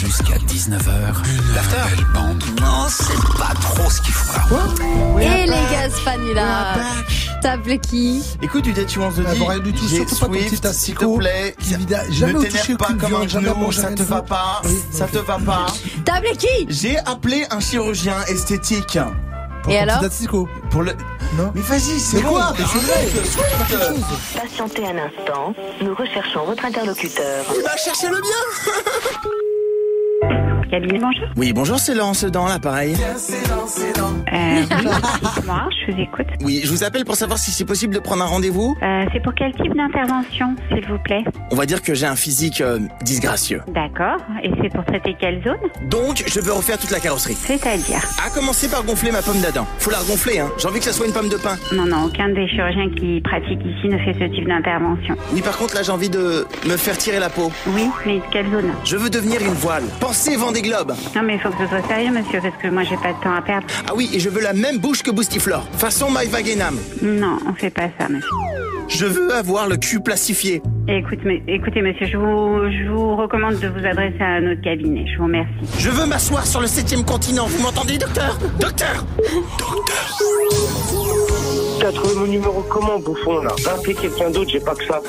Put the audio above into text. Jusqu'à 19h, la belle bande. Non, c'est pas trop ce qu'il faudra. Et les gars, Spanila T'as appelé qui Écoute, du Dead Chimons de Bah, Dee, bah, rien du tout, j'ai surtout pas ton Swift, petit s'il asticot te plaît. qui vida- jamais ne touché t'énerve pas aucune comme un viande, jamais genou, mangé ça rien te de va ça. pas, Oui, ça ok. te va pas. T'as appelé qui J'ai appelé un chirurgien esthétique. Pour Et ton alors petit asticot. Pour le. Non. Mais vas-y, c'est Mais bon. quoi Mais c'est vrai. Patientez un instant, nous recherchons votre interlocuteur. Il va chercher le bien. Gabi, bonjour. Oui, bonjour, c'est Laurence dans l'appareil. Euh, oui, moi, je vous écoute. Oui, je vous appelle pour savoir si c'est possible de prendre un rendez-vous. Euh, c'est pour quel type d'intervention, s'il vous plaît On va dire que j'ai un physique euh, disgracieux. D'accord. Et c'est pour traiter quelle zone Donc, je veux refaire toute la carrosserie. C'est-à-dire À commencer par gonfler ma pomme d'Adam. Faut la regonfler, hein. J'ai envie que ça soit une pomme de pain. Non, non, aucun des chirurgiens qui pratiquent ici ne fait ce type d'intervention. Oui, par contre, là, j'ai envie de me faire tirer la peau. Oui, mais quelle zone Je veux devenir une voile. Pensez Vendée Globe. Non, mais il faut que ce soit sérieux, monsieur, parce que moi, j'ai pas de temps à perdre. Ah oui, et je veux la même bouche que Boustiflore. Façon My Wagenham. Non, on fait pas ça, monsieur. Je veux avoir le cul plastifié. Écoute, mais- écoutez, monsieur, je vous, je vous recommande de vous adresser à notre cabinet. Je vous remercie. Je veux m'asseoir sur le septième continent. Vous m'entendez, docteur Docteur Docteur T'as trouvé mon numéro comment, bouffon, là Rappelez quelqu'un d'autre, j'ai pas que ça.